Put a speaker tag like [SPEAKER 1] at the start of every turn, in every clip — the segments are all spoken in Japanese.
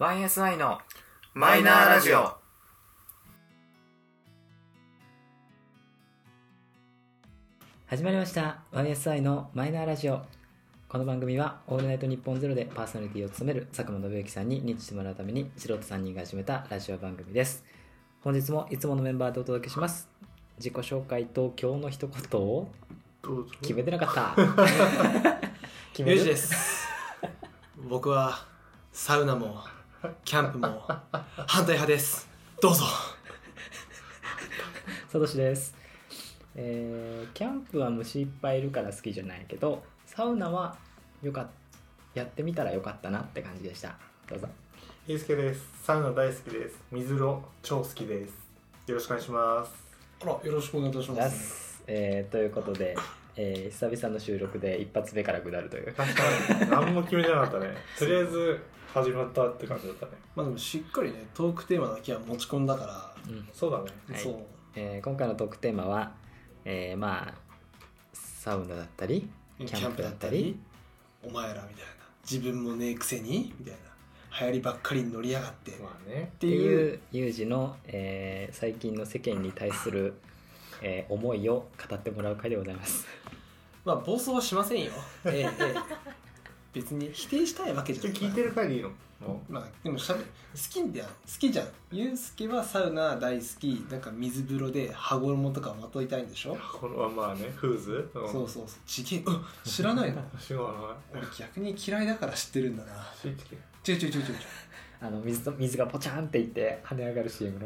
[SPEAKER 1] YSI の
[SPEAKER 2] マイナーラジオ。
[SPEAKER 3] 始まりました YSI のマイナーラジオこの番組は「オールナイトニッポンゼロでパーソナリティを務める佐久間信之さんに認知してもらうために素人3人が始めたラジオ番組です本日もいつものメンバーでお届けします自己紹介と今日の一言を
[SPEAKER 2] どうぞ
[SPEAKER 3] 決めてなかった 決
[SPEAKER 4] ゆうじですす僕はサウナもキャンプも反対派ですどうぞ
[SPEAKER 3] サトシです、えーキャンプは虫いっぱいいるから好きじゃないけどサウナはよかっやってみたらよかったなって感じでしたどうぞ
[SPEAKER 2] ゆうすけです。サウナ大好きです。水風呂超好きです。よろしくお願いします。
[SPEAKER 4] あらよろしくお願いいたし
[SPEAKER 3] 出す、えーということで、えー久々の収録で一発目から下るという
[SPEAKER 2] 確かに何も決めてなかったね。とりあえず始まったって感じだったね。
[SPEAKER 4] まあでもしっかりねトークテーマだけは持ち込んだから、
[SPEAKER 2] そうだね。
[SPEAKER 3] はい
[SPEAKER 4] そう
[SPEAKER 3] えー今回のトークテーマは、えーまあサウナだったりキャンプだったり
[SPEAKER 4] お前らみたいな自分もねえくせにみたいな流行りばっかりに乗りやがってっ
[SPEAKER 2] まあね。
[SPEAKER 3] って
[SPEAKER 4] ていう
[SPEAKER 3] いうユージの、えー最近の世間に対する、えー思いを語ってもらう回でございます
[SPEAKER 4] まあ暴走はしませんよええええ別に否定したいわけじゃない
[SPEAKER 2] 聞いてる限りの。も
[SPEAKER 4] まあでもしゃべ好きじゃん好きじゃんゆうすけはサウナ大好きなんか水風呂で羽衣とかまといたいんでしょ
[SPEAKER 2] う、このままね、フーズ。うん
[SPEAKER 4] そうそうそうちげえうん知らないの
[SPEAKER 2] しごの。
[SPEAKER 4] 俺逆に嫌いだから知ってるんだな
[SPEAKER 2] しいちき。
[SPEAKER 4] ちょいちょいちょいちょい
[SPEAKER 3] あの水と水がポチャンっていって跳ね上がる CM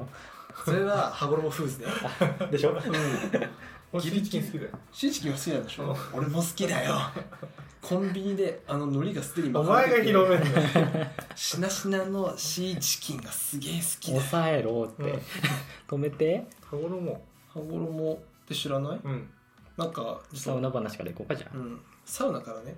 [SPEAKER 4] それは羽衣フーズね
[SPEAKER 3] のでしょ
[SPEAKER 2] 俺しいちき好きだよ。
[SPEAKER 4] しんちきも好きなんでしょ俺も好きだよコンビニであの海苔がすでに
[SPEAKER 2] お
[SPEAKER 4] 巻かれ
[SPEAKER 2] 前が
[SPEAKER 4] てて
[SPEAKER 2] 広めんの。
[SPEAKER 4] しなしなのシーチキンがすげえ好きだよ
[SPEAKER 3] 抑えろって、
[SPEAKER 2] うん
[SPEAKER 3] 止めて
[SPEAKER 2] 羽衣。
[SPEAKER 4] 羽衣って知らない
[SPEAKER 2] うん。
[SPEAKER 4] なんか
[SPEAKER 3] サウナ話からいこうかじゃん、
[SPEAKER 4] うん、サウナからね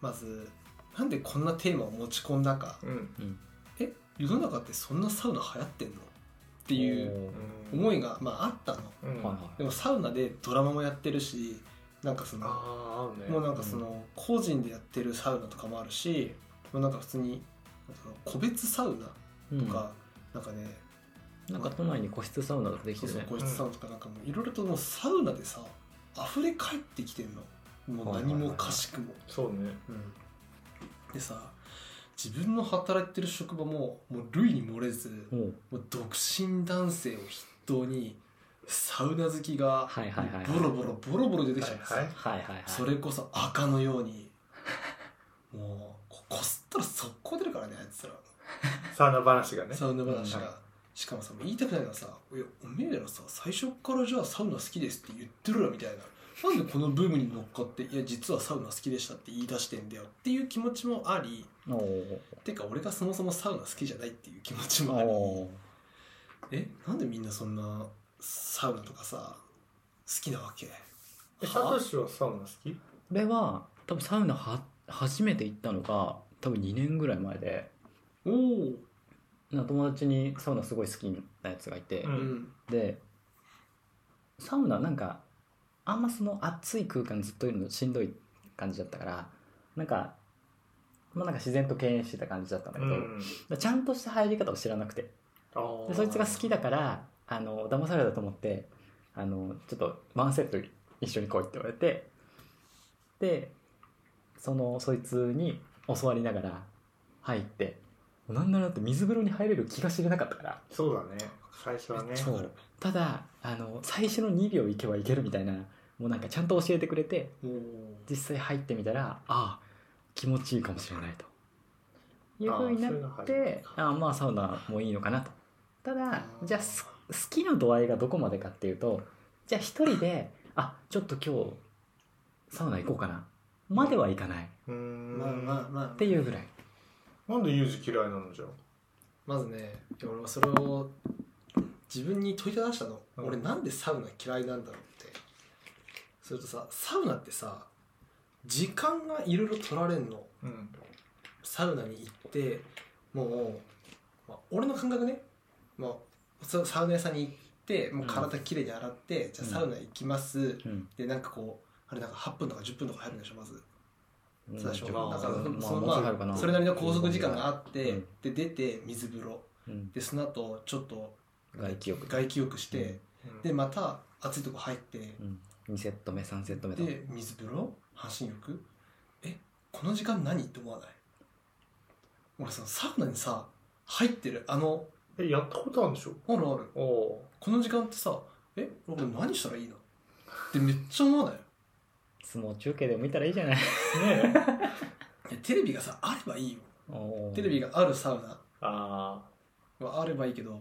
[SPEAKER 4] まずなんでこんなテーマを持ち込んだか
[SPEAKER 2] うん。
[SPEAKER 4] え世の中ってそんなサウナ流行ってんのっていう
[SPEAKER 3] おー
[SPEAKER 4] 思いが、まあ、あったの
[SPEAKER 2] うん。
[SPEAKER 3] はいはい
[SPEAKER 4] でもサウナでドラマもやってるしなんかその
[SPEAKER 2] ああ、合うね。
[SPEAKER 4] もうなんかその個人でやってるサウナとかもあるしもうなんか普通にその個別サウ
[SPEAKER 3] うん
[SPEAKER 4] ナとか、なんかね
[SPEAKER 3] なんか都内に個室サウナとかでき
[SPEAKER 4] そ
[SPEAKER 3] て
[SPEAKER 4] う
[SPEAKER 3] る
[SPEAKER 4] そう
[SPEAKER 3] ね
[SPEAKER 4] 個室サウナとかなんかもういろいろともうサウナでさ溢れ返ってきてんのもう何もかしくも
[SPEAKER 2] そうね。
[SPEAKER 4] でさ自分の働いてる職場ももう類に漏れず
[SPEAKER 3] おう
[SPEAKER 4] もう独身男性を筆頭にサウナ好きが
[SPEAKER 3] はいはいはい
[SPEAKER 4] ボロボロボロボロ出てきちゃうんですよ
[SPEAKER 2] はい。
[SPEAKER 3] はいはいはい
[SPEAKER 4] それこそ赤のようにもうここすったら速攻出るからねあいつら
[SPEAKER 2] サウナ話がね。
[SPEAKER 4] サウナ話
[SPEAKER 2] うん
[SPEAKER 4] がしかもさ言いたくないのはさ「いやおめえらさ最初っからじゃあサウナ好きです」って言ってるらみたいななんでこのブームに乗っかって「いや実はサウナ好きでした」って言い出してんだよっていう気持ちもあり
[SPEAKER 3] おう
[SPEAKER 4] てか俺がそもそもサウナ好きじゃないっていう気持ちもあり
[SPEAKER 3] おう
[SPEAKER 4] えなんでみんなそんなサウナとかさ好きなわけ
[SPEAKER 2] えサトシはサウナ好き
[SPEAKER 3] これは多分サウナは初めて行ったのが多分2年ぐらい前で
[SPEAKER 4] おお
[SPEAKER 3] なんか友達にサウナすごい好きなやつがいて、
[SPEAKER 2] う
[SPEAKER 4] うんん
[SPEAKER 3] でサウナなんかあんまその暑い空間ずっといるのしんどい感じだったからなんかまあなんか自然と敬遠してた感じだったんだけど、だか。らちゃんとした入り方を知らなくて
[SPEAKER 2] あー
[SPEAKER 3] でそいつが好きだからあの騙されたと思ってあのちょっとワンセット一緒に来いって言われてでそのそいつに教わりながら入ってなんならだって水風呂に入れる気が知れなかったから
[SPEAKER 2] そうだね最初はね
[SPEAKER 3] そうただあの最初の2秒いけばいけるみたいなもうなんかちゃんと教えてくれて
[SPEAKER 4] おお
[SPEAKER 3] 実際入ってみたらああ気持ちいいかもしれないというふうになってあ
[SPEAKER 2] ああそういうのが入る
[SPEAKER 3] あまあサウナもいいのかなとただじゃあす好きの度合いがどこまでかっていうとじゃあ一人であちょっと今日サウナ行こうかなまではいかないっ
[SPEAKER 2] うーん
[SPEAKER 4] まあまあまあ
[SPEAKER 3] ていうぐらい
[SPEAKER 2] なんでユージ嫌いなのじゃ
[SPEAKER 4] まずねいや俺はそれを自分に問いただしたの、
[SPEAKER 2] うん
[SPEAKER 4] 俺なんでサウナ嫌いなんだろうってそれとさサウナってさ時間がいろいろ取られんの
[SPEAKER 2] うん
[SPEAKER 4] サウナに行ってもう、まあ、俺の感覚ね、まあ、そサウナ屋さんに行ってもう体きれいに洗って、じゃあサウナ行きます、
[SPEAKER 3] うん
[SPEAKER 4] でなんかこうあれなんか8分とか10分とか入るんでしょまず
[SPEAKER 3] うん
[SPEAKER 4] 最初
[SPEAKER 3] ちょ
[SPEAKER 4] はだから
[SPEAKER 3] うん
[SPEAKER 4] その
[SPEAKER 3] もうちょい
[SPEAKER 4] ま
[SPEAKER 3] あるかな
[SPEAKER 4] あそれなりの拘束時間があ
[SPEAKER 3] っ
[SPEAKER 4] って、
[SPEAKER 3] うん
[SPEAKER 4] で出て水風呂でその後ちょっと
[SPEAKER 3] 外気浴
[SPEAKER 4] 外気浴して、
[SPEAKER 2] う
[SPEAKER 4] で
[SPEAKER 2] ん
[SPEAKER 4] また暑いとこ入って、
[SPEAKER 3] うん2セット目3セット目と
[SPEAKER 4] で水風呂半身浴えこの時間何って思わない俺そのサウナにさ入ってるあの
[SPEAKER 2] えやったことあるんでしょ
[SPEAKER 4] あるある
[SPEAKER 2] おお
[SPEAKER 4] この時間ってさえ俺何したらいいのってめっちゃ思わない
[SPEAKER 3] 相撲中継でも見たらいいじゃない
[SPEAKER 2] ー ねえ
[SPEAKER 4] いやテレビがさあればいいよ
[SPEAKER 3] おー
[SPEAKER 4] テレビがあるサウナ
[SPEAKER 2] あ
[SPEAKER 4] はあればいいけど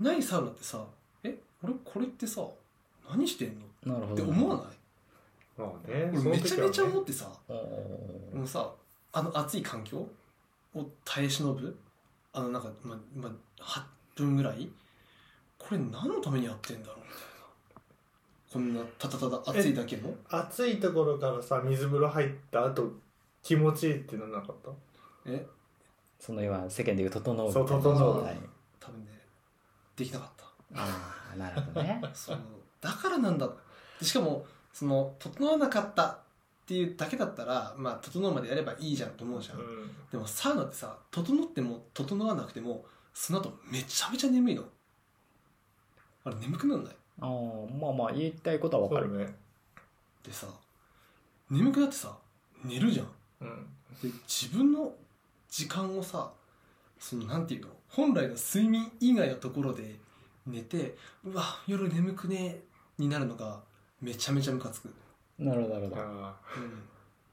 [SPEAKER 4] ないサウナってさえ俺これってさ何してんの
[SPEAKER 3] なるほ
[SPEAKER 4] って
[SPEAKER 3] ど
[SPEAKER 4] 思わない
[SPEAKER 2] あまあね
[SPEAKER 4] 俺めちゃめちゃ思ってさ、
[SPEAKER 3] おー
[SPEAKER 4] もうさあの暑い環境を耐え忍ぶあのなんか、まま、8分ぐらいこれ何のためにやってんだろうみたいなこんなただただ暑いだけの
[SPEAKER 2] 暑いところからさ水風呂入った後気持ちいいってなんなかった
[SPEAKER 4] え
[SPEAKER 3] その今世間でいう整うみた
[SPEAKER 2] そ
[SPEAKER 3] いうな
[SPEAKER 2] 整う
[SPEAKER 3] はい
[SPEAKER 4] 多分ねできなかっ
[SPEAKER 3] あーなるほどね
[SPEAKER 4] たそうだからなんだでしかもその整わなかったっていうだけだったらまあ整うまでやればいいじゃんと思うじゃん、
[SPEAKER 2] ん
[SPEAKER 4] でもサウナってさ整っても整わなくてもその後めちゃめちゃ眠いのあれ眠くなんない
[SPEAKER 3] あーまあまあ言いたいことはわかる
[SPEAKER 2] そうね
[SPEAKER 4] でさ眠くなってさ寝るじゃん
[SPEAKER 2] うん
[SPEAKER 4] で自分の時間をさそのなんていうの本来の睡眠以外のところで寝てうわ夜眠くねになるのがめちゃめちゃムカつく、
[SPEAKER 3] なるほどなるほど
[SPEAKER 2] あ
[SPEAKER 4] うん、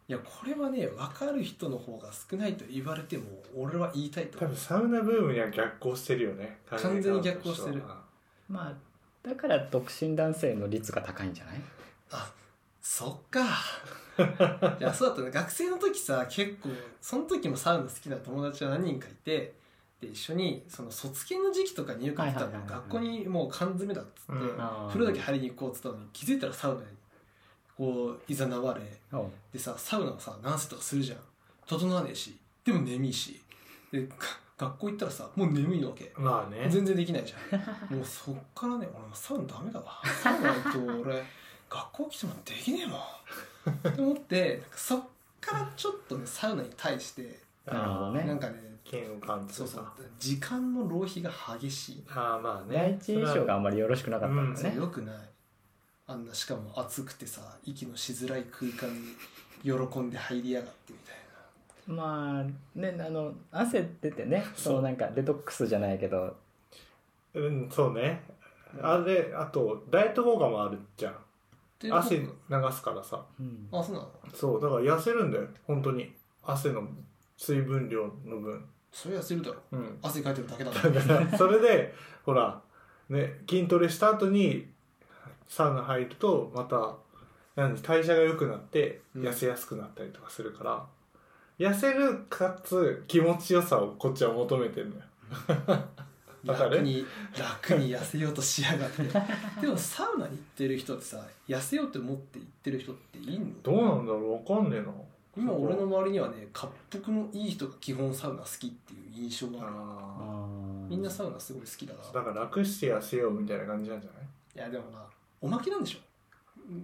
[SPEAKER 4] いやこれはね分かる人の方が少ないと言われても俺は言いたい
[SPEAKER 2] ー
[SPEAKER 4] と
[SPEAKER 2] 多
[SPEAKER 4] 思う
[SPEAKER 2] 分サウナブームには逆行してるよね
[SPEAKER 4] 完全に逆行してる
[SPEAKER 3] まあだから独身男性の率が高いんじゃない
[SPEAKER 4] あそっか いやそうだったね学生の時さ結構その時もサウナ好きな友達が何人かいてで一緒にその卒検の時期とかによく行ってたの、
[SPEAKER 3] はいはいはいはい
[SPEAKER 4] 学校にもう缶詰だっつって、
[SPEAKER 2] うん
[SPEAKER 3] あー
[SPEAKER 4] 風呂だけ入りに行こうっつったのに気づいたらサウナにこういざなわれ
[SPEAKER 3] おう
[SPEAKER 4] でさサウナはさ何セットかするじゃん整わねえしでも眠いしでが学校行ったらさもう眠いのわけ
[SPEAKER 2] まあね
[SPEAKER 4] 全然できないじゃんもうそっからね俺もサウナダメだわサウナ行くと俺 学校来てもできねえもんって思ってなんかそっからちょっとねサウナに対して
[SPEAKER 3] なるほど
[SPEAKER 4] な
[SPEAKER 3] ね
[SPEAKER 4] んかね
[SPEAKER 2] 嫌悪感と
[SPEAKER 4] そうそう
[SPEAKER 2] か
[SPEAKER 4] 時間の浪費が激しい
[SPEAKER 2] ああまあ
[SPEAKER 3] 第
[SPEAKER 2] ね
[SPEAKER 3] 一印象があんまりよろしくなかったんだ
[SPEAKER 4] そ
[SPEAKER 3] ね
[SPEAKER 4] うよくないあんなしかも暑くてさ息のしづらい空間に喜んで入りやがってみたいな
[SPEAKER 3] まあねあの汗出てね
[SPEAKER 2] そう
[SPEAKER 3] そうなんかデトックスじゃないけど
[SPEAKER 2] うんそうねあれあとダイエット効果もあるじゃん
[SPEAKER 4] で
[SPEAKER 2] 汗流
[SPEAKER 4] 僕
[SPEAKER 2] すからさ
[SPEAKER 3] うん
[SPEAKER 4] あそうなの
[SPEAKER 2] そうだから痩せるんだよ本当に汗の水分量の分
[SPEAKER 4] それ痩せるだろ
[SPEAKER 2] うん
[SPEAKER 4] 汗かいてるだけだもん
[SPEAKER 2] だ からそれでほらね筋トレした後にサウナ入るとまた何代謝が良くなって
[SPEAKER 4] うん
[SPEAKER 2] 痩せやすくなったりとかするから、痩せるかつ気持ちよさをこっちは求めてるのよわかる
[SPEAKER 4] 楽に楽に痩せようとしやがって でもサウナに行ってる人ってさ痩せようって思って行ってる人っていいの
[SPEAKER 2] どうなんだろうわかんねえな
[SPEAKER 4] 今俺の周りにはね恰幅のいい人が基本サウナ好きっていう印象がある
[SPEAKER 2] あ
[SPEAKER 3] あー
[SPEAKER 4] みんなサウナすごい好きだか
[SPEAKER 2] ー
[SPEAKER 4] ら
[SPEAKER 2] だから楽して痩せようみたいな感じなんじゃない
[SPEAKER 4] いやでもなおまけなんでしょ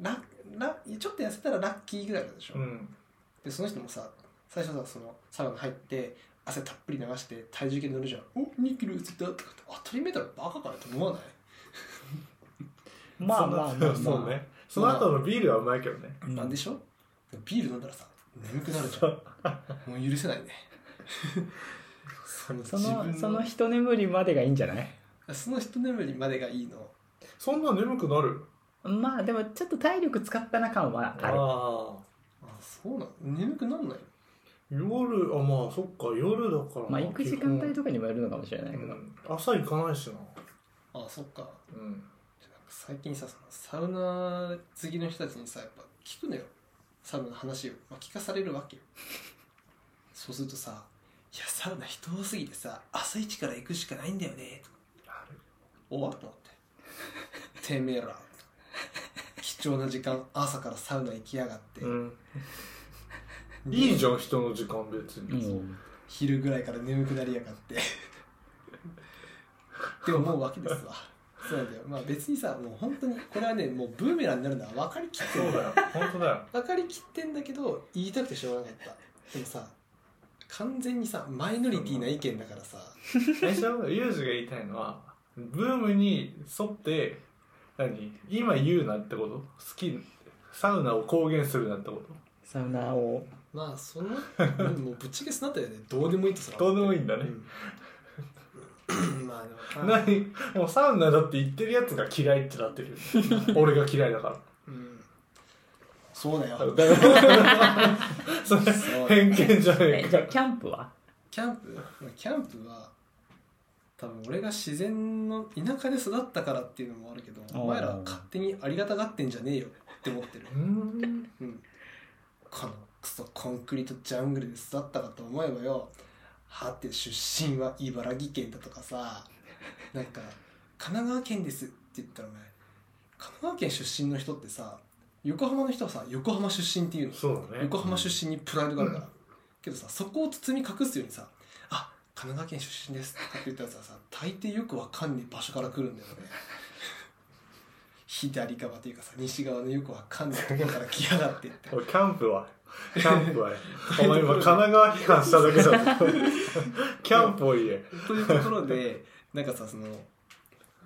[SPEAKER 4] ララちょっと痩せたらラッキーぐらいなんでしょ、
[SPEAKER 2] うん
[SPEAKER 4] でその人もさ最初さそのサウナ入って汗たっぷり流して体重計乗るじゃん「お2キロ痩せた」とかって当たり前だろバカかよと思わない
[SPEAKER 3] まあまあまあ
[SPEAKER 2] そんなそう
[SPEAKER 3] まあ
[SPEAKER 2] ねその後のビールはうまいけどね
[SPEAKER 3] うん
[SPEAKER 4] なんでしょビール飲んだらさ眠くなるじゃんもう許せないねその
[SPEAKER 3] そ
[SPEAKER 4] 自
[SPEAKER 3] の
[SPEAKER 4] 分の
[SPEAKER 3] その一眠りまでがいいんじゃない
[SPEAKER 4] その一眠りまでがいいの
[SPEAKER 2] そんな眠くなる
[SPEAKER 3] まあでもちょっと体力使ったな感はある
[SPEAKER 2] あ
[SPEAKER 4] あそうなの眠くなんない
[SPEAKER 2] 夜あまあそっか夜だからな
[SPEAKER 3] まあ行く時間帯とかにもよるのかもしれないけ
[SPEAKER 2] う
[SPEAKER 3] ど、
[SPEAKER 2] ん朝行かないしな、
[SPEAKER 4] あそっか
[SPEAKER 2] うん、
[SPEAKER 4] 最近さそのサウナ好きの人たちにさやっぱ聞くのよサウナの話を、まあ、聞かされるわけよそうするとさ「いやサウナ人多すぎてさ朝一から行くしかないんだよね」とかおわと思っててめえら貴重な時間朝からサウナ行きやがって、
[SPEAKER 2] いいじゃん人の時間別
[SPEAKER 3] う
[SPEAKER 2] に、
[SPEAKER 3] ん、
[SPEAKER 4] 昼ぐらいから眠くなりやがってって思うわけですわそうなんだよまあ別にさもう本当にこれはねもうブーメランになるのは分かりきって
[SPEAKER 2] そ
[SPEAKER 4] る
[SPEAKER 2] うだよ本当だよ
[SPEAKER 4] 分かりきってんだけど言いたくてしょうがなかったでもさ完全にさマイノリティな意見だからさ
[SPEAKER 2] 最初ユージが言いたいのはブームに沿って何今言うなってこと好きサウナを公言するなってこ
[SPEAKER 3] サウナを
[SPEAKER 4] まあそのもうぶっちゃけすなったよねどうでもいいとさ
[SPEAKER 2] とどうでもいいんだね、
[SPEAKER 4] うんまあでもか
[SPEAKER 2] 何もうサウナだって言ってるやつが嫌いってな ってる俺が嫌いだか
[SPEAKER 4] うんそうだよ
[SPEAKER 2] らだからそれ
[SPEAKER 4] そう
[SPEAKER 2] 偏見じゃね
[SPEAKER 3] え
[SPEAKER 2] え
[SPEAKER 3] じゃあ
[SPEAKER 2] か
[SPEAKER 3] キャンプは
[SPEAKER 4] キャンプキャンプは多分俺が自然の田舎で育ったからっていうのもあるけど
[SPEAKER 3] ー
[SPEAKER 4] お前ら勝手にありがたがってんじゃねえよって思ってる
[SPEAKER 2] う、ーん
[SPEAKER 4] うん、このクソコンクリートジャングルで育ったかと思えばよはて出身は茨城県だとかさなんか「神奈川県です」って言ったらお前神奈川県出身の人ってさ横浜の人はさ横浜出身っていうの
[SPEAKER 2] そうだね
[SPEAKER 4] 横浜出身にプライドがあるから、けどさそこを包み隠すようにさ「あ神奈川県出身です」とかって言ったやつはさ大抵よくわかんねえ場所から来るんだよね左側というかさ西側のよくわかんないところから来やがってって
[SPEAKER 2] おいキャンプはキャン プはお前今神奈川批判しただけだぞキャンプを言え
[SPEAKER 4] というところでなんかさその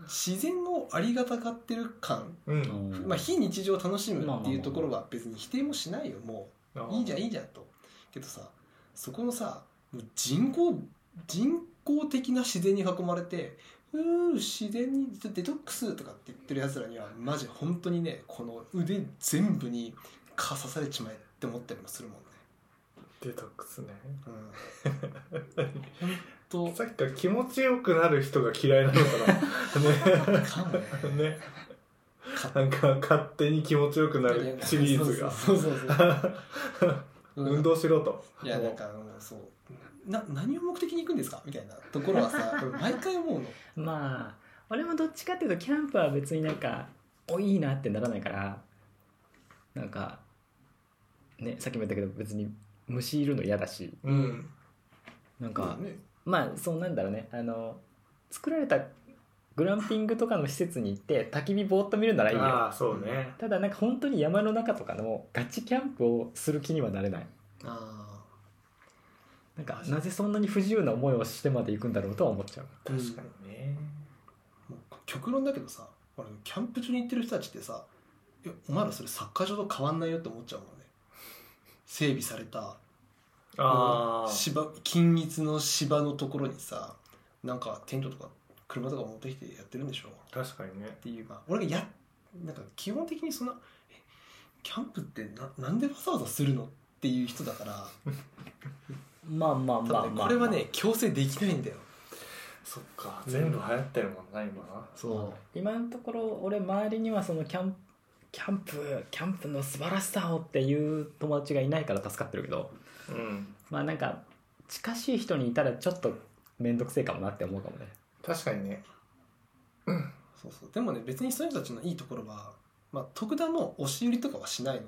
[SPEAKER 4] 自然をありがたがってる感、
[SPEAKER 2] うん
[SPEAKER 4] まあ、非日常を楽しむっていうところは別に否定もしないよもういいじゃんいいじゃんとけどさそこのさもう人工人工的な自然に囲まれて「うー自然にデトックス」とかって言ってるやつらにはマジ本当にねこの腕全部にかさされちまえって思ったりもするもんね。
[SPEAKER 2] デトックスね
[SPEAKER 4] うん、本
[SPEAKER 2] さっきから気持ちよくなる人が嫌いなの か
[SPEAKER 4] 当かもね。
[SPEAKER 2] なねねなんか勝手に気持ちよくなるシリーズが
[SPEAKER 4] そうそう そうそう
[SPEAKER 2] 運動しろと
[SPEAKER 4] いやなんかもうそうな何を目的に行くんですかみたいなところは さ俺毎回思うの。
[SPEAKER 3] まあ俺もどっちかっていうとキャンプは別になんかおいいなってならないからなんかねさっきも言ったけど別に虫いるの嫌だし
[SPEAKER 2] うん
[SPEAKER 3] なんか、
[SPEAKER 4] ね
[SPEAKER 3] まあそうなんだろうねあの作られたグランピングとかの施設に行って焚き火ぼーっと見るならいいよ
[SPEAKER 2] ああそうね
[SPEAKER 3] ただなんか本当に山の中とかのガチキャンプをする気にはなれない
[SPEAKER 4] あー
[SPEAKER 3] なんかなぜそんなに不自由な思いをしてまで行くんだろうとは思っちゃう
[SPEAKER 4] うん
[SPEAKER 2] 確かにね
[SPEAKER 4] もう極論だけどさあのキャンプ場に行ってる人たちってさいやお前らそれサッカー場と変わんないよって思っちゃうもんね整備された
[SPEAKER 2] ああ
[SPEAKER 4] 芝均一の芝のところにさなんかテントとか車とか持ってきてやってるんでしょっ
[SPEAKER 2] 確かにね
[SPEAKER 4] ていうまあ俺がやなんか基本的にそんなえキャンプってななんでわざわざするのっていう人だから
[SPEAKER 3] まあまあ
[SPEAKER 4] 多
[SPEAKER 3] まあまあ、
[SPEAKER 4] 分ねこれはね強制できないんだよ
[SPEAKER 2] そっか全部流行ってるもんな今な
[SPEAKER 4] そ
[SPEAKER 3] 今のところ俺周りにはそのキャンプキャンプキャンプの素晴らしさをっていう友達がいないから助かってるけど
[SPEAKER 2] うん
[SPEAKER 3] まあなんか近しい人にいたらちょっと面倒くせえかもなって思うかもね
[SPEAKER 2] 確かにね
[SPEAKER 4] そうそうでもね別にそういう人たちのいいところは、まあ、特段もう押し売りとかはしないの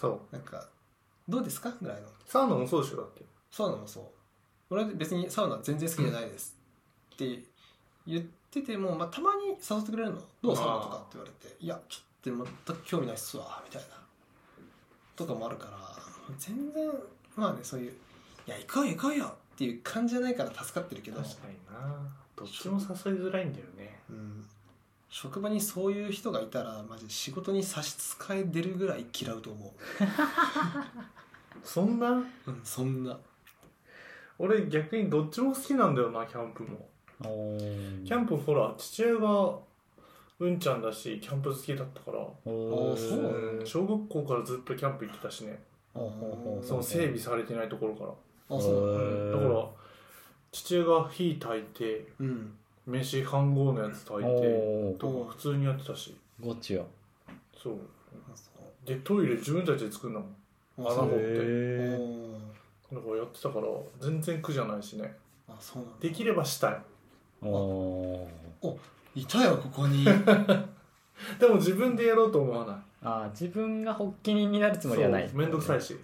[SPEAKER 2] そう
[SPEAKER 4] なんか「どうですか?」ぐらいの
[SPEAKER 2] サウナもそうでしょだって
[SPEAKER 4] サウナもそう俺は別にサウナ全然好きじゃないですって言ってても、まあ、たまに誘ってくれるの「どうサウナとか」って言われて「いやちょっと全く興味ないっすわ」みたいなとかもあるから全然まあねそういう「いや行こうよ行こうよ」っていう感じじゃないから助かってるけど、
[SPEAKER 2] 確かになどっちも誘いづらいんだよね
[SPEAKER 4] うん、職場にそういう人がいたらマジ仕事に差し支え出るぐらい嫌うと思
[SPEAKER 2] そんな
[SPEAKER 4] う、うん、そんな
[SPEAKER 2] 俺逆にどっちも好きなんだよなキャンプも
[SPEAKER 3] お
[SPEAKER 2] キャンプほら父親がうんちゃんだしキャンプ好きだったから
[SPEAKER 3] お
[SPEAKER 4] あそうな
[SPEAKER 3] ー
[SPEAKER 4] ん
[SPEAKER 2] 小学校からずっとキャンプ行ってたしね
[SPEAKER 3] ほうほうほう
[SPEAKER 2] その整備されてないところから、
[SPEAKER 4] あそう
[SPEAKER 3] へー
[SPEAKER 4] だ
[SPEAKER 2] だから父親が火炊いて
[SPEAKER 4] うん
[SPEAKER 2] 飯飯合のやつ炊いて
[SPEAKER 3] おー
[SPEAKER 2] とか普通にやってたし
[SPEAKER 3] ゴチよ
[SPEAKER 2] そう
[SPEAKER 4] あそう
[SPEAKER 2] でトイレ自分たちで作るんだもん
[SPEAKER 4] あ
[SPEAKER 2] 穴
[SPEAKER 4] そ
[SPEAKER 2] 掘っ
[SPEAKER 4] う
[SPEAKER 2] て
[SPEAKER 4] おー
[SPEAKER 2] だからやってたから全然苦じゃないしね
[SPEAKER 4] あそうなんだ
[SPEAKER 2] できればしたい
[SPEAKER 3] おー
[SPEAKER 4] いたよこ こに
[SPEAKER 2] でも自分でやろうと思わない
[SPEAKER 3] あー自分が発起人になるつもりはない
[SPEAKER 2] そうめんどくさいし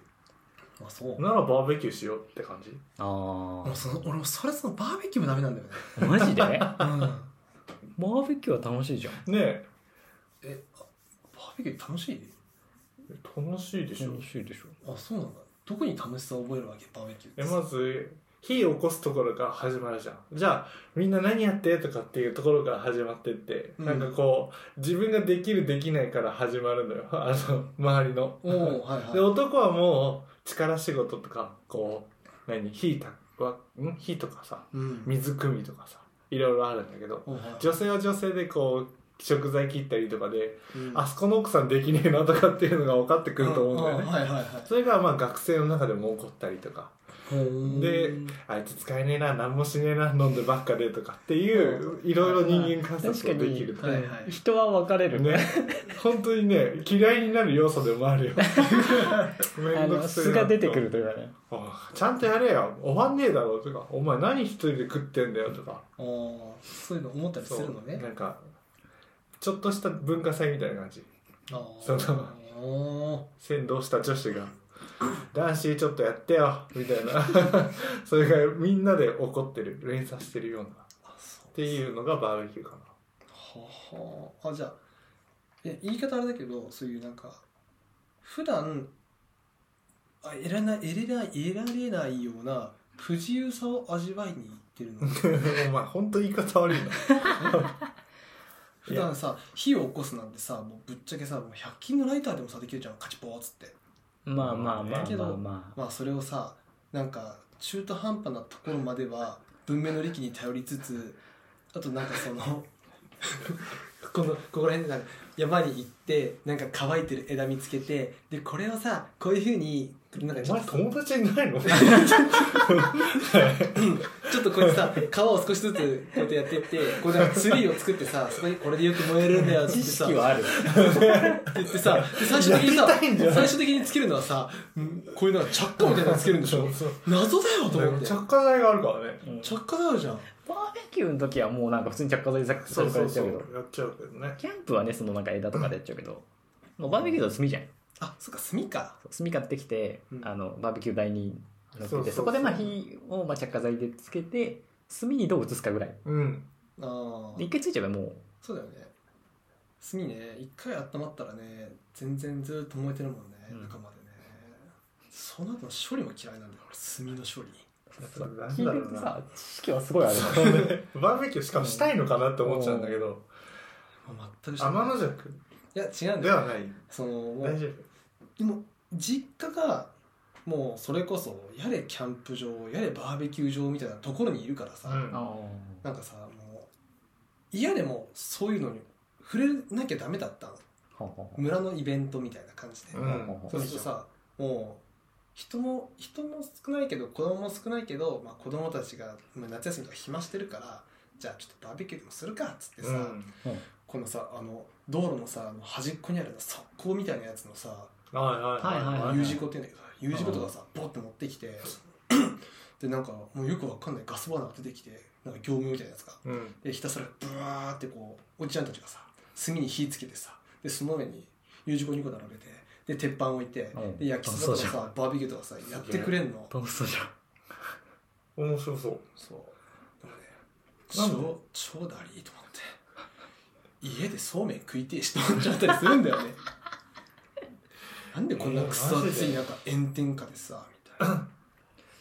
[SPEAKER 4] あそう
[SPEAKER 2] ならバーベキューしようって感じ
[SPEAKER 3] あ
[SPEAKER 4] もうその俺もそれそのバーベキューもダメなんだよね
[SPEAKER 3] あマジで
[SPEAKER 4] うん
[SPEAKER 3] バーベキューは楽しいじゃん
[SPEAKER 2] ねえ
[SPEAKER 4] えあバーベキュー楽しい
[SPEAKER 2] 楽しいでしょ
[SPEAKER 3] 楽しいでしょ
[SPEAKER 4] あそうなんだどこに楽しさを覚えるわけバーベキューって
[SPEAKER 2] えまず火を起こすところから始まるじゃんじゃあみんな何やってとかっていうところから始まってって、
[SPEAKER 4] うん
[SPEAKER 2] なんかこう自分ができるできないから始まるのよ あの周りの
[SPEAKER 4] おおはい
[SPEAKER 2] で
[SPEAKER 4] は
[SPEAKER 2] 男はもう力仕事とかこう何火たわん火とかさ
[SPEAKER 4] いうん
[SPEAKER 2] 水汲みとかさいろいろあるんだけど
[SPEAKER 4] おうはい
[SPEAKER 2] 女性は女性でこう食材切ったりとかで、
[SPEAKER 4] うん
[SPEAKER 2] あそこの奥さんできねえなとかっていうのが分かってくると思うんだよね、
[SPEAKER 4] あはいはいは
[SPEAKER 2] それがまあ学生の中でも起こったりとか
[SPEAKER 4] いほー
[SPEAKER 2] であいつ使えねえな何もしねえな飲んでばっかでとかっていういろいろ人間観察ができる
[SPEAKER 4] はいはい
[SPEAKER 3] 人は分かれる
[SPEAKER 2] ね 本当にね嫌いになる要素でもあるよめ
[SPEAKER 3] あ
[SPEAKER 2] んどく
[SPEAKER 3] の
[SPEAKER 2] せえ
[SPEAKER 3] 素
[SPEAKER 2] な
[SPEAKER 3] が出てくるというかね
[SPEAKER 2] あちゃんとやれよ終わんねえだろうとかお前何一人で食ってんだよとか
[SPEAKER 4] あーそういうの思ったりするのね
[SPEAKER 2] なんかちょっとした文化祭みたいな感じ
[SPEAKER 4] あ
[SPEAKER 2] そう
[SPEAKER 4] ーお
[SPEAKER 2] 先導した女 子が「男子ちょっとやってよ」みたいな それがみんなで怒ってる連鎖してるようなっ
[SPEAKER 4] ーあそう
[SPEAKER 2] ていうのがバーベキューかな
[SPEAKER 4] ははあじゃあえ言い方あれだけどそういうなんか普段あ得られない得れない得られないような不自由さを味わいに行ってるの
[SPEAKER 2] お前本当言い方悪いな
[SPEAKER 4] 普段さ火を起こすなんてさもうぶっちゃけさもう100均のライターでもさできるじゃんカチポーっつって
[SPEAKER 3] まあまあまあ
[SPEAKER 4] け
[SPEAKER 3] まあ
[SPEAKER 4] ど
[SPEAKER 3] まあ
[SPEAKER 4] まあそれをさなんか中途半端なところまでは文明の利器に頼りつつあとなんかその このここら辺でなんか山に行ってなんか乾いてる枝見つけてでこれをさこういうふうになんかち
[SPEAKER 2] お
[SPEAKER 4] ょ
[SPEAKER 2] 前
[SPEAKER 4] っとこ
[SPEAKER 2] 友達いないの
[SPEAKER 4] ちょっとこうやってさ皮を少しずつこうやってやってってこうなんかツリーを作ってさそこにこれでよく燃えるんだよっつって
[SPEAKER 3] 知
[SPEAKER 4] さ
[SPEAKER 3] 識はある
[SPEAKER 4] 言ってさで最終的にさ
[SPEAKER 2] やりたいんじゃない
[SPEAKER 4] 最終的につけるのはさんこういうのは着火みたいなのつけるんでしょ
[SPEAKER 2] そう
[SPEAKER 4] 謎だよと思って
[SPEAKER 2] 着火剤があるからね
[SPEAKER 3] うん
[SPEAKER 4] 着火だよじゃん
[SPEAKER 3] バーベキューの時はもうなんか普通に着火剤で着火
[SPEAKER 2] そう
[SPEAKER 3] さ
[SPEAKER 2] そ
[SPEAKER 3] れ
[SPEAKER 2] う
[SPEAKER 3] ちゃ
[SPEAKER 2] そうう
[SPEAKER 3] けど
[SPEAKER 2] やっちゃうけどね
[SPEAKER 3] キャンプはねそのなんか枝とかでやっちゃうけどもうバーベキューだと炭じゃん
[SPEAKER 4] あそっか炭か
[SPEAKER 3] 炭買ってきて、
[SPEAKER 4] うん
[SPEAKER 3] あのバーベキュー台に乗っけてそう
[SPEAKER 2] そそうそう
[SPEAKER 3] こでまあ火をまあ着火剤でつけて炭にどう移すかぐらい
[SPEAKER 2] うん
[SPEAKER 4] ああ
[SPEAKER 3] で一回ついちゃえばもう
[SPEAKER 4] そうだよね炭ね一回温まったらね全然ずっと燃えてるもんね、
[SPEAKER 3] うん
[SPEAKER 4] 中までねその後の処理も嫌いなんだよ俺炭の処理
[SPEAKER 2] そうなんだろうな
[SPEAKER 3] 聞いてるとさ知識はすごいある
[SPEAKER 2] バーベキューしかもしたいのかなって思っちゃうんだけど
[SPEAKER 4] もう全くしない
[SPEAKER 2] 天の尺
[SPEAKER 4] いや違うん
[SPEAKER 2] で
[SPEAKER 4] だよ
[SPEAKER 2] はない
[SPEAKER 4] そのも
[SPEAKER 2] 大
[SPEAKER 4] う
[SPEAKER 2] 丈
[SPEAKER 4] もう実家がもうそれこそやれキャンプ場やれバーベキュー場みたいなところにいるからさ、
[SPEAKER 2] 夫うん
[SPEAKER 4] なんかさもう嫌でもそういうのに触れなきゃダメだったの村のイベントみたいな感じで、
[SPEAKER 2] うん
[SPEAKER 4] そうするとさもう人も人も少ないけど子供も少ないけど、まあ、子供たちがまあ夏休みとか暇してるからじゃあちょっとバーベキューでもするかっつってさ、
[SPEAKER 2] うん
[SPEAKER 4] このさあの道路のさあの端っこにあるさ側溝みたいなやつのさ
[SPEAKER 2] はいはい
[SPEAKER 3] はいはい
[SPEAKER 4] U 字工っていうんだけどさ U 字工とかさボッて持ってき てでなんかもうよくわかんないガスバーナーが出てきてなんか業務みたいなやつが
[SPEAKER 2] うん
[SPEAKER 4] でひたすらブワーってこうおじちゃんたちがさ炭に火つけてさでその上に U 字工2個並べてで鉄板置いて
[SPEAKER 3] うん
[SPEAKER 4] で焼きそばと
[SPEAKER 3] そう
[SPEAKER 4] か
[SPEAKER 3] じゃ
[SPEAKER 4] さバーベキューとかさやってくれんの
[SPEAKER 3] 楽しそうじゃん
[SPEAKER 2] 面白そう
[SPEAKER 4] そうでもね
[SPEAKER 2] なんで
[SPEAKER 4] 超超だりーと思って家でそうめん食いてえしと思っちゃったりするんだよねなんでこんなくそ暑いなんか炎天下でさみたいな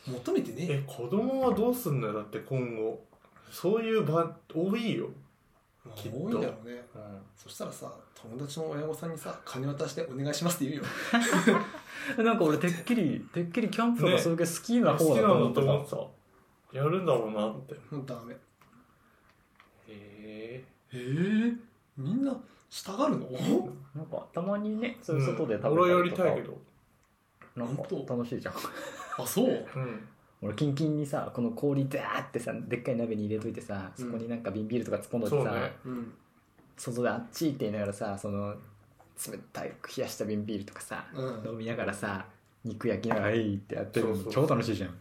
[SPEAKER 4] 求めてねえよ
[SPEAKER 2] え子供はどうすんのよだって今後そういう場多いよ、
[SPEAKER 4] まあ
[SPEAKER 2] きっと
[SPEAKER 4] 多いんだろうね
[SPEAKER 2] うん、
[SPEAKER 4] そしたらさ友達の親御さんにさ金渡してお願いしますって言うよ
[SPEAKER 3] なんか俺てっきりてっきりキャンプとか
[SPEAKER 2] ね
[SPEAKER 3] そういう系好きな
[SPEAKER 2] 好
[SPEAKER 3] 方だ
[SPEAKER 2] きな
[SPEAKER 3] と思っ
[SPEAKER 2] の
[SPEAKER 3] て
[SPEAKER 2] と
[SPEAKER 3] た、
[SPEAKER 2] 思ってたやるんだろうなってへ
[SPEAKER 4] もうダメ
[SPEAKER 2] え
[SPEAKER 4] えみんなしたがるの
[SPEAKER 3] なんかたまにねそういう外で食べたりとか、
[SPEAKER 2] 俺はやりたいけど
[SPEAKER 3] なんか
[SPEAKER 4] 本当
[SPEAKER 3] 楽しいじゃん
[SPEAKER 4] あそう
[SPEAKER 2] うん
[SPEAKER 3] 俺キンキンにさこの氷ザーってさでっかい鍋に入れといてさそこになんか瓶ビールとか突っ込んどいて
[SPEAKER 2] そう
[SPEAKER 3] さ、
[SPEAKER 2] ね
[SPEAKER 4] うん
[SPEAKER 3] 外であっち行って言いながらさその冷たい冷やした瓶ビールとかさ、
[SPEAKER 4] うん
[SPEAKER 3] 飲みながらさ肉焼きながら「えい!」ってやってるの
[SPEAKER 2] そうそう
[SPEAKER 3] 超楽しいじゃん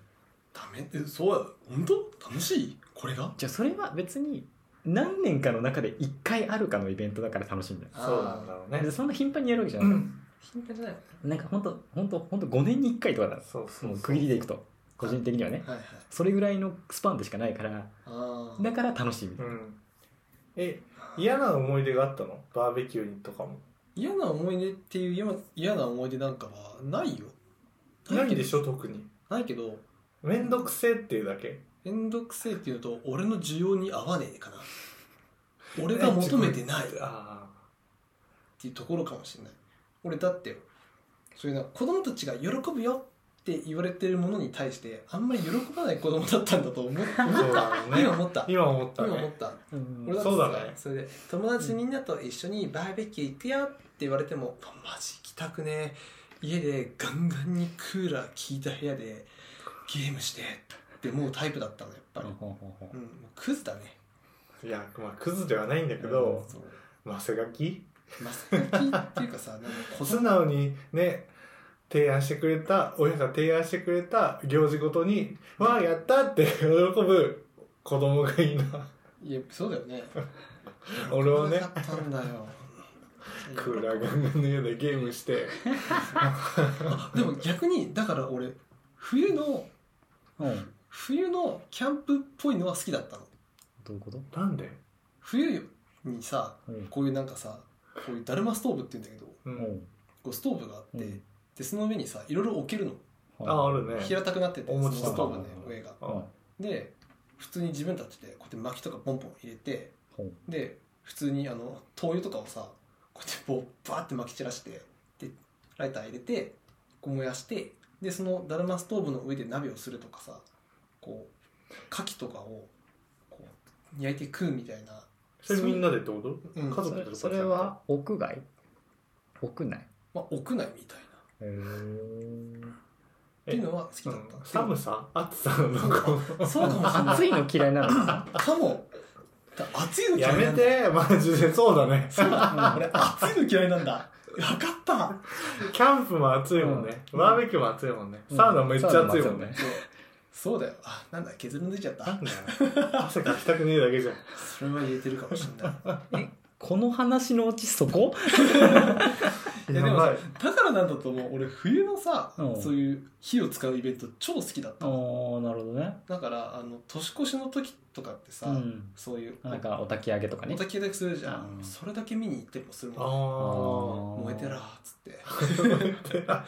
[SPEAKER 4] ダメってそうや本当楽しいこれが
[SPEAKER 3] じゃあそれは別に何年かの中で1回あるかのイベントだから楽しいんだよ
[SPEAKER 2] そうなんだろうね
[SPEAKER 3] でそんな頻繁にやるわけじゃ
[SPEAKER 2] う
[SPEAKER 3] ない、
[SPEAKER 2] ん
[SPEAKER 4] 頻繁じゃないよね
[SPEAKER 3] なんかほんとほんとほんと5年に1回とかだ
[SPEAKER 2] そうそう
[SPEAKER 3] もう
[SPEAKER 2] そ
[SPEAKER 3] 区
[SPEAKER 2] う
[SPEAKER 3] 切りでいくと個人的にはね
[SPEAKER 4] はいはい
[SPEAKER 3] それぐらいのスパンでしかないから
[SPEAKER 4] ああ
[SPEAKER 3] だから楽しいみたいな
[SPEAKER 2] うんえ嫌な思い出があったのバーベキューにとかも
[SPEAKER 4] 嫌な思い出っていう嫌な嫌な思い出なんかはないよ
[SPEAKER 2] ないでし
[SPEAKER 4] ょ
[SPEAKER 2] ょ特に
[SPEAKER 4] ないけど
[SPEAKER 2] めんどくせえっていうだけ
[SPEAKER 4] めんどくせえっていうのと俺の需要に合わねえかな俺が求めてないっ
[SPEAKER 2] あ
[SPEAKER 4] ていうところかもしれない俺だってそういうな子供たちが喜ぶよって言われてるものに対してあんまり喜ばない子供だったんだと思思った
[SPEAKER 2] あそうだろうね
[SPEAKER 4] 今思った
[SPEAKER 2] 今思った
[SPEAKER 4] 今思っ
[SPEAKER 2] ね
[SPEAKER 4] た
[SPEAKER 3] うん
[SPEAKER 4] 俺だって
[SPEAKER 2] そうだね
[SPEAKER 4] それで友達みんなと一緒にバーベキュー行くよって言われても、マジ行きたくねえ家でガンガンにクーラー効いた部屋でゲームしてって思うタイプだったのやっぱり、
[SPEAKER 3] ほうほうほう
[SPEAKER 4] うん、もうクズだね
[SPEAKER 2] いやまあクズではないんだけど、
[SPEAKER 4] そう
[SPEAKER 2] ませガキ
[SPEAKER 4] マスキっていうかさなんか子
[SPEAKER 2] 素
[SPEAKER 4] 供
[SPEAKER 2] 直にね提案してくれた親が提案してくれた行事ごとに「わあやった!」って喜ぶ子供がいいない
[SPEAKER 4] やそうだよね
[SPEAKER 2] 俺はね
[SPEAKER 4] なかったんだよ
[SPEAKER 2] クーラーガンガンの家でゲームして
[SPEAKER 4] あでも逆にだから俺冬の
[SPEAKER 3] うん
[SPEAKER 4] 冬のキャンプっぽいのは好きだったの
[SPEAKER 3] どういうこと
[SPEAKER 2] なんで、
[SPEAKER 4] 冬にさ
[SPEAKER 3] うん
[SPEAKER 4] こういうなんかさこういうだるまストーブって言うんだけど
[SPEAKER 2] う
[SPEAKER 3] うんん
[SPEAKER 4] こうストーブがあって、
[SPEAKER 3] うん
[SPEAKER 4] でその上にさいろいろ置けるの
[SPEAKER 2] ああるね
[SPEAKER 4] 平たくなってて、
[SPEAKER 2] お
[SPEAKER 4] そ
[SPEAKER 2] 餅
[SPEAKER 4] の
[SPEAKER 2] と
[SPEAKER 4] ス
[SPEAKER 2] か
[SPEAKER 4] トーブの、ね、上が
[SPEAKER 2] あ
[SPEAKER 4] で普通に自分たちでこうやって薪とかポンポン入れて
[SPEAKER 3] ほう
[SPEAKER 4] で普通にあの灯油とかをさこうやってこうバーって巻き散らしてでライター入れてこう燃やしてでそのだるまストーブの上で鍋をするとかさこう牡蠣とかをこう焼いて食うみたいな、
[SPEAKER 2] それみんなでってこと
[SPEAKER 4] う
[SPEAKER 2] 家
[SPEAKER 4] んま
[SPEAKER 2] 族
[SPEAKER 3] そ
[SPEAKER 2] とか
[SPEAKER 3] れ
[SPEAKER 2] じ
[SPEAKER 3] そ
[SPEAKER 2] ゃなく
[SPEAKER 3] れ
[SPEAKER 2] て
[SPEAKER 3] は屋外屋内
[SPEAKER 4] あ、屋内みたいな
[SPEAKER 3] へー
[SPEAKER 4] っていうのは好きだった、
[SPEAKER 2] うん寒さ暑さの子
[SPEAKER 4] そうかもしれない
[SPEAKER 3] 暑いの嫌いなのか
[SPEAKER 4] かもだ暑いの嫌
[SPEAKER 2] や
[SPEAKER 4] いな
[SPEAKER 2] め
[SPEAKER 4] んだ
[SPEAKER 2] てマジでそうだね
[SPEAKER 4] そうだ
[SPEAKER 3] うん
[SPEAKER 4] 俺暑いの嫌いなんだわかった
[SPEAKER 2] キャンプも暑いもんね、
[SPEAKER 3] うん
[SPEAKER 2] バーベキューも暑いもんね、
[SPEAKER 3] うん
[SPEAKER 2] サウナめっちゃ暑いもんね、
[SPEAKER 4] そうそうだよあなんだ削り抜いちゃっ
[SPEAKER 2] な
[SPEAKER 4] た
[SPEAKER 2] んだよ汗かきたくねえだけじゃん
[SPEAKER 4] それは言えてるかもしれない
[SPEAKER 3] なえこの話のうちそこ
[SPEAKER 4] いやでもさだからなんだと思う俺冬のさ、
[SPEAKER 3] うん
[SPEAKER 4] そういう火を使うイベント超好きだっ
[SPEAKER 3] あ
[SPEAKER 4] た
[SPEAKER 3] あ
[SPEAKER 4] の
[SPEAKER 3] なるほどね
[SPEAKER 4] だからあの年越しの時とかってさ、
[SPEAKER 3] うん
[SPEAKER 4] そういう
[SPEAKER 3] なんかお焚き上げとかね
[SPEAKER 4] お焚き上げするじゃん、
[SPEAKER 3] うん
[SPEAKER 4] それだけ見に行ってもする
[SPEAKER 2] あ
[SPEAKER 4] もん
[SPEAKER 2] ー
[SPEAKER 4] 燃えてらーっつって燃えてら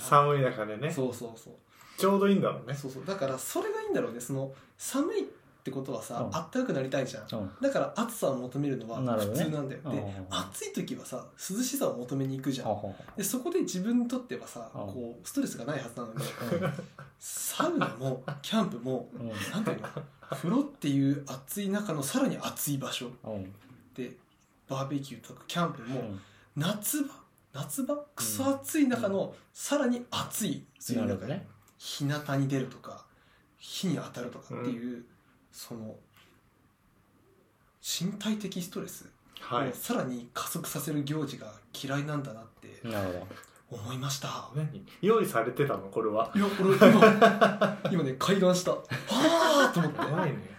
[SPEAKER 2] 寒い中でね
[SPEAKER 4] そうそうそう
[SPEAKER 2] ちょうどいいんだろうね
[SPEAKER 4] そうそうだからそれがいいんだろうねその寒いってことはさ、
[SPEAKER 3] うん
[SPEAKER 4] あったかくなりたいじゃん
[SPEAKER 3] うん
[SPEAKER 4] だから暑さを求めるのは
[SPEAKER 3] なるほ
[SPEAKER 4] 普
[SPEAKER 3] どね
[SPEAKER 4] 通なんだよ、
[SPEAKER 3] うんうんうん
[SPEAKER 4] で暑い時はさ涼しさを求めに行くじゃ
[SPEAKER 3] ほうんほうほ
[SPEAKER 4] でそこで自分にとってはさ、
[SPEAKER 3] うん
[SPEAKER 4] こうストレスがないはずなのに
[SPEAKER 3] う
[SPEAKER 4] サウナ もキャンプも
[SPEAKER 3] うんうん
[SPEAKER 4] なんていうの風呂っていう暑い中のさらに暑い場所
[SPEAKER 3] うん
[SPEAKER 4] でバーベキューとかキャンプ
[SPEAKER 3] う
[SPEAKER 4] も
[SPEAKER 3] ん
[SPEAKER 4] 夏場夏場クソ暑い中のさらに暑い水
[SPEAKER 3] な
[SPEAKER 4] の
[SPEAKER 3] るほ
[SPEAKER 4] 中
[SPEAKER 3] ど
[SPEAKER 4] で、
[SPEAKER 3] ね
[SPEAKER 4] 日向に出るとか火に当たるとかっていう、その身体的ストレスを
[SPEAKER 2] はい
[SPEAKER 4] さらに加速させる行事が嫌いなんだなって
[SPEAKER 3] なるほど
[SPEAKER 4] 思いました、
[SPEAKER 2] 何用意されてたのこれ はい
[SPEAKER 4] や俺今 今ね開眼したはあと思って
[SPEAKER 2] やばいね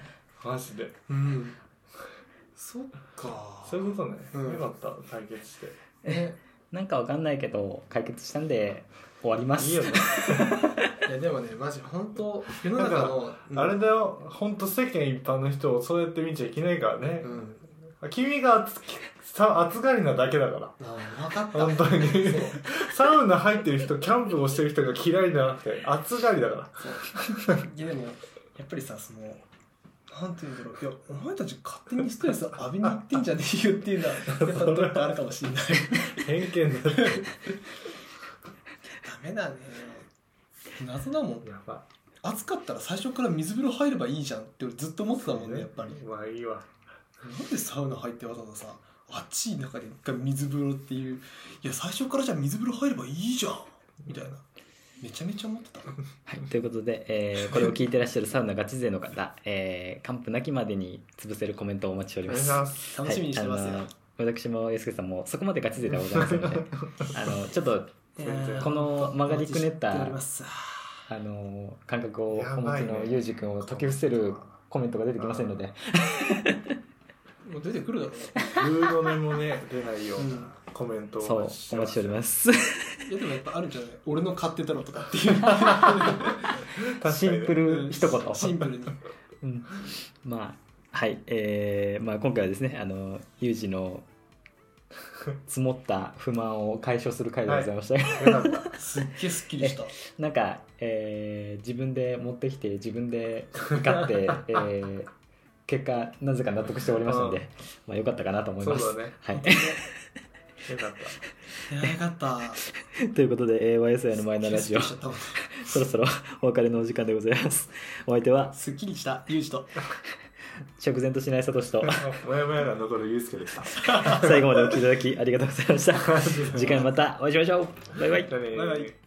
[SPEAKER 2] マジで
[SPEAKER 4] うんそっか
[SPEAKER 2] そういうことね、
[SPEAKER 4] うん
[SPEAKER 2] よかった解決して
[SPEAKER 4] ね
[SPEAKER 3] なんかわかんないけど解決したんで終わります
[SPEAKER 2] いいよね
[SPEAKER 4] いやでもねマジ本当世の中のうん
[SPEAKER 2] あれだよほんと世間一般の人をそうやって見ちゃいけないからね
[SPEAKER 4] う、ん
[SPEAKER 2] 君が暑きさ暑がりなだけだから
[SPEAKER 4] あ分かった
[SPEAKER 2] 本当 に
[SPEAKER 4] そう
[SPEAKER 2] サウナ入ってる人キャンプをしてる人が嫌いじゃなくて暑がりだから
[SPEAKER 4] そういやでもやっぱりさそのなんて言うんだろういやお前たち勝手にストレス浴びに行ってんじゃねえよっ ていうのはやっぱどっかあるかもしれない
[SPEAKER 2] 偏見だって
[SPEAKER 4] ダメだね謎だもん
[SPEAKER 2] やば
[SPEAKER 4] 暑かったら最初から水風呂入ればいいじゃんって俺ずっと思ってたもんねやっぱり
[SPEAKER 2] まあいいわ
[SPEAKER 4] なんでサウナ入ってわざわざさ暑い中で一回水風呂っていういや最初からじゃあ水風呂入ればいいじゃんみたいなめちゃめちゃ思ってた
[SPEAKER 3] はい、ということで、えーこれを聞いてらっしゃるサウナガチ勢の方、えー、完膚なきまでに潰せるコメントをお待ちしてお
[SPEAKER 2] お
[SPEAKER 3] り
[SPEAKER 2] 願
[SPEAKER 3] ま
[SPEAKER 2] いし
[SPEAKER 3] す。
[SPEAKER 2] ます
[SPEAKER 4] 楽しみにしてますよ、
[SPEAKER 3] はいあのー私もユースケさんもそこまでガチ勢ではございませんので、 あのちょっと
[SPEAKER 2] いやー
[SPEAKER 3] この曲がりくねった
[SPEAKER 4] お待ちしております
[SPEAKER 3] あのー感覚をお
[SPEAKER 2] や
[SPEAKER 3] 持
[SPEAKER 2] ば
[SPEAKER 3] ち
[SPEAKER 2] いね
[SPEAKER 3] のユージ君を解き伏せるコメントが出てきませんので、
[SPEAKER 4] もう出てくるだろう
[SPEAKER 2] グーの音もね出ないよう
[SPEAKER 4] うん
[SPEAKER 2] なコメントを
[SPEAKER 3] そうお待ちしております。
[SPEAKER 4] いやでもやっぱあるんじゃない俺の買ってたのとかっていう
[SPEAKER 2] 確か に
[SPEAKER 3] シンプル一言
[SPEAKER 4] シンプルに
[SPEAKER 3] うんまあはい、えーまあ、今回はですねあのユージ の積もった不満を解消する回でございました、
[SPEAKER 2] よかった。
[SPEAKER 4] すっげえすっきりした
[SPEAKER 3] なんか、えー自分で持ってきて自分で買って、 えー結果なぜか納得しておりましたので、
[SPEAKER 2] うん
[SPEAKER 3] まあ、よかったかなと思い
[SPEAKER 2] そ
[SPEAKER 3] ます。
[SPEAKER 2] うだね。
[SPEAKER 3] はい、
[SPEAKER 2] よかっ
[SPEAKER 4] いやよかった
[SPEAKER 3] ということで、えー YSI のマイナーラ ジオ
[SPEAKER 4] すっきりしちゃった
[SPEAKER 3] そろそろお別れのお時間でございます。お相手は
[SPEAKER 4] すっきりしたユージと
[SPEAKER 3] 釈然としないサトシと
[SPEAKER 2] た。もやもやが残るゆうすけ でした。
[SPEAKER 3] 最後までお聞きいただきありがとうございました。次回またお会いしましょう。バイバイ。
[SPEAKER 2] じゃあね
[SPEAKER 4] バイバイ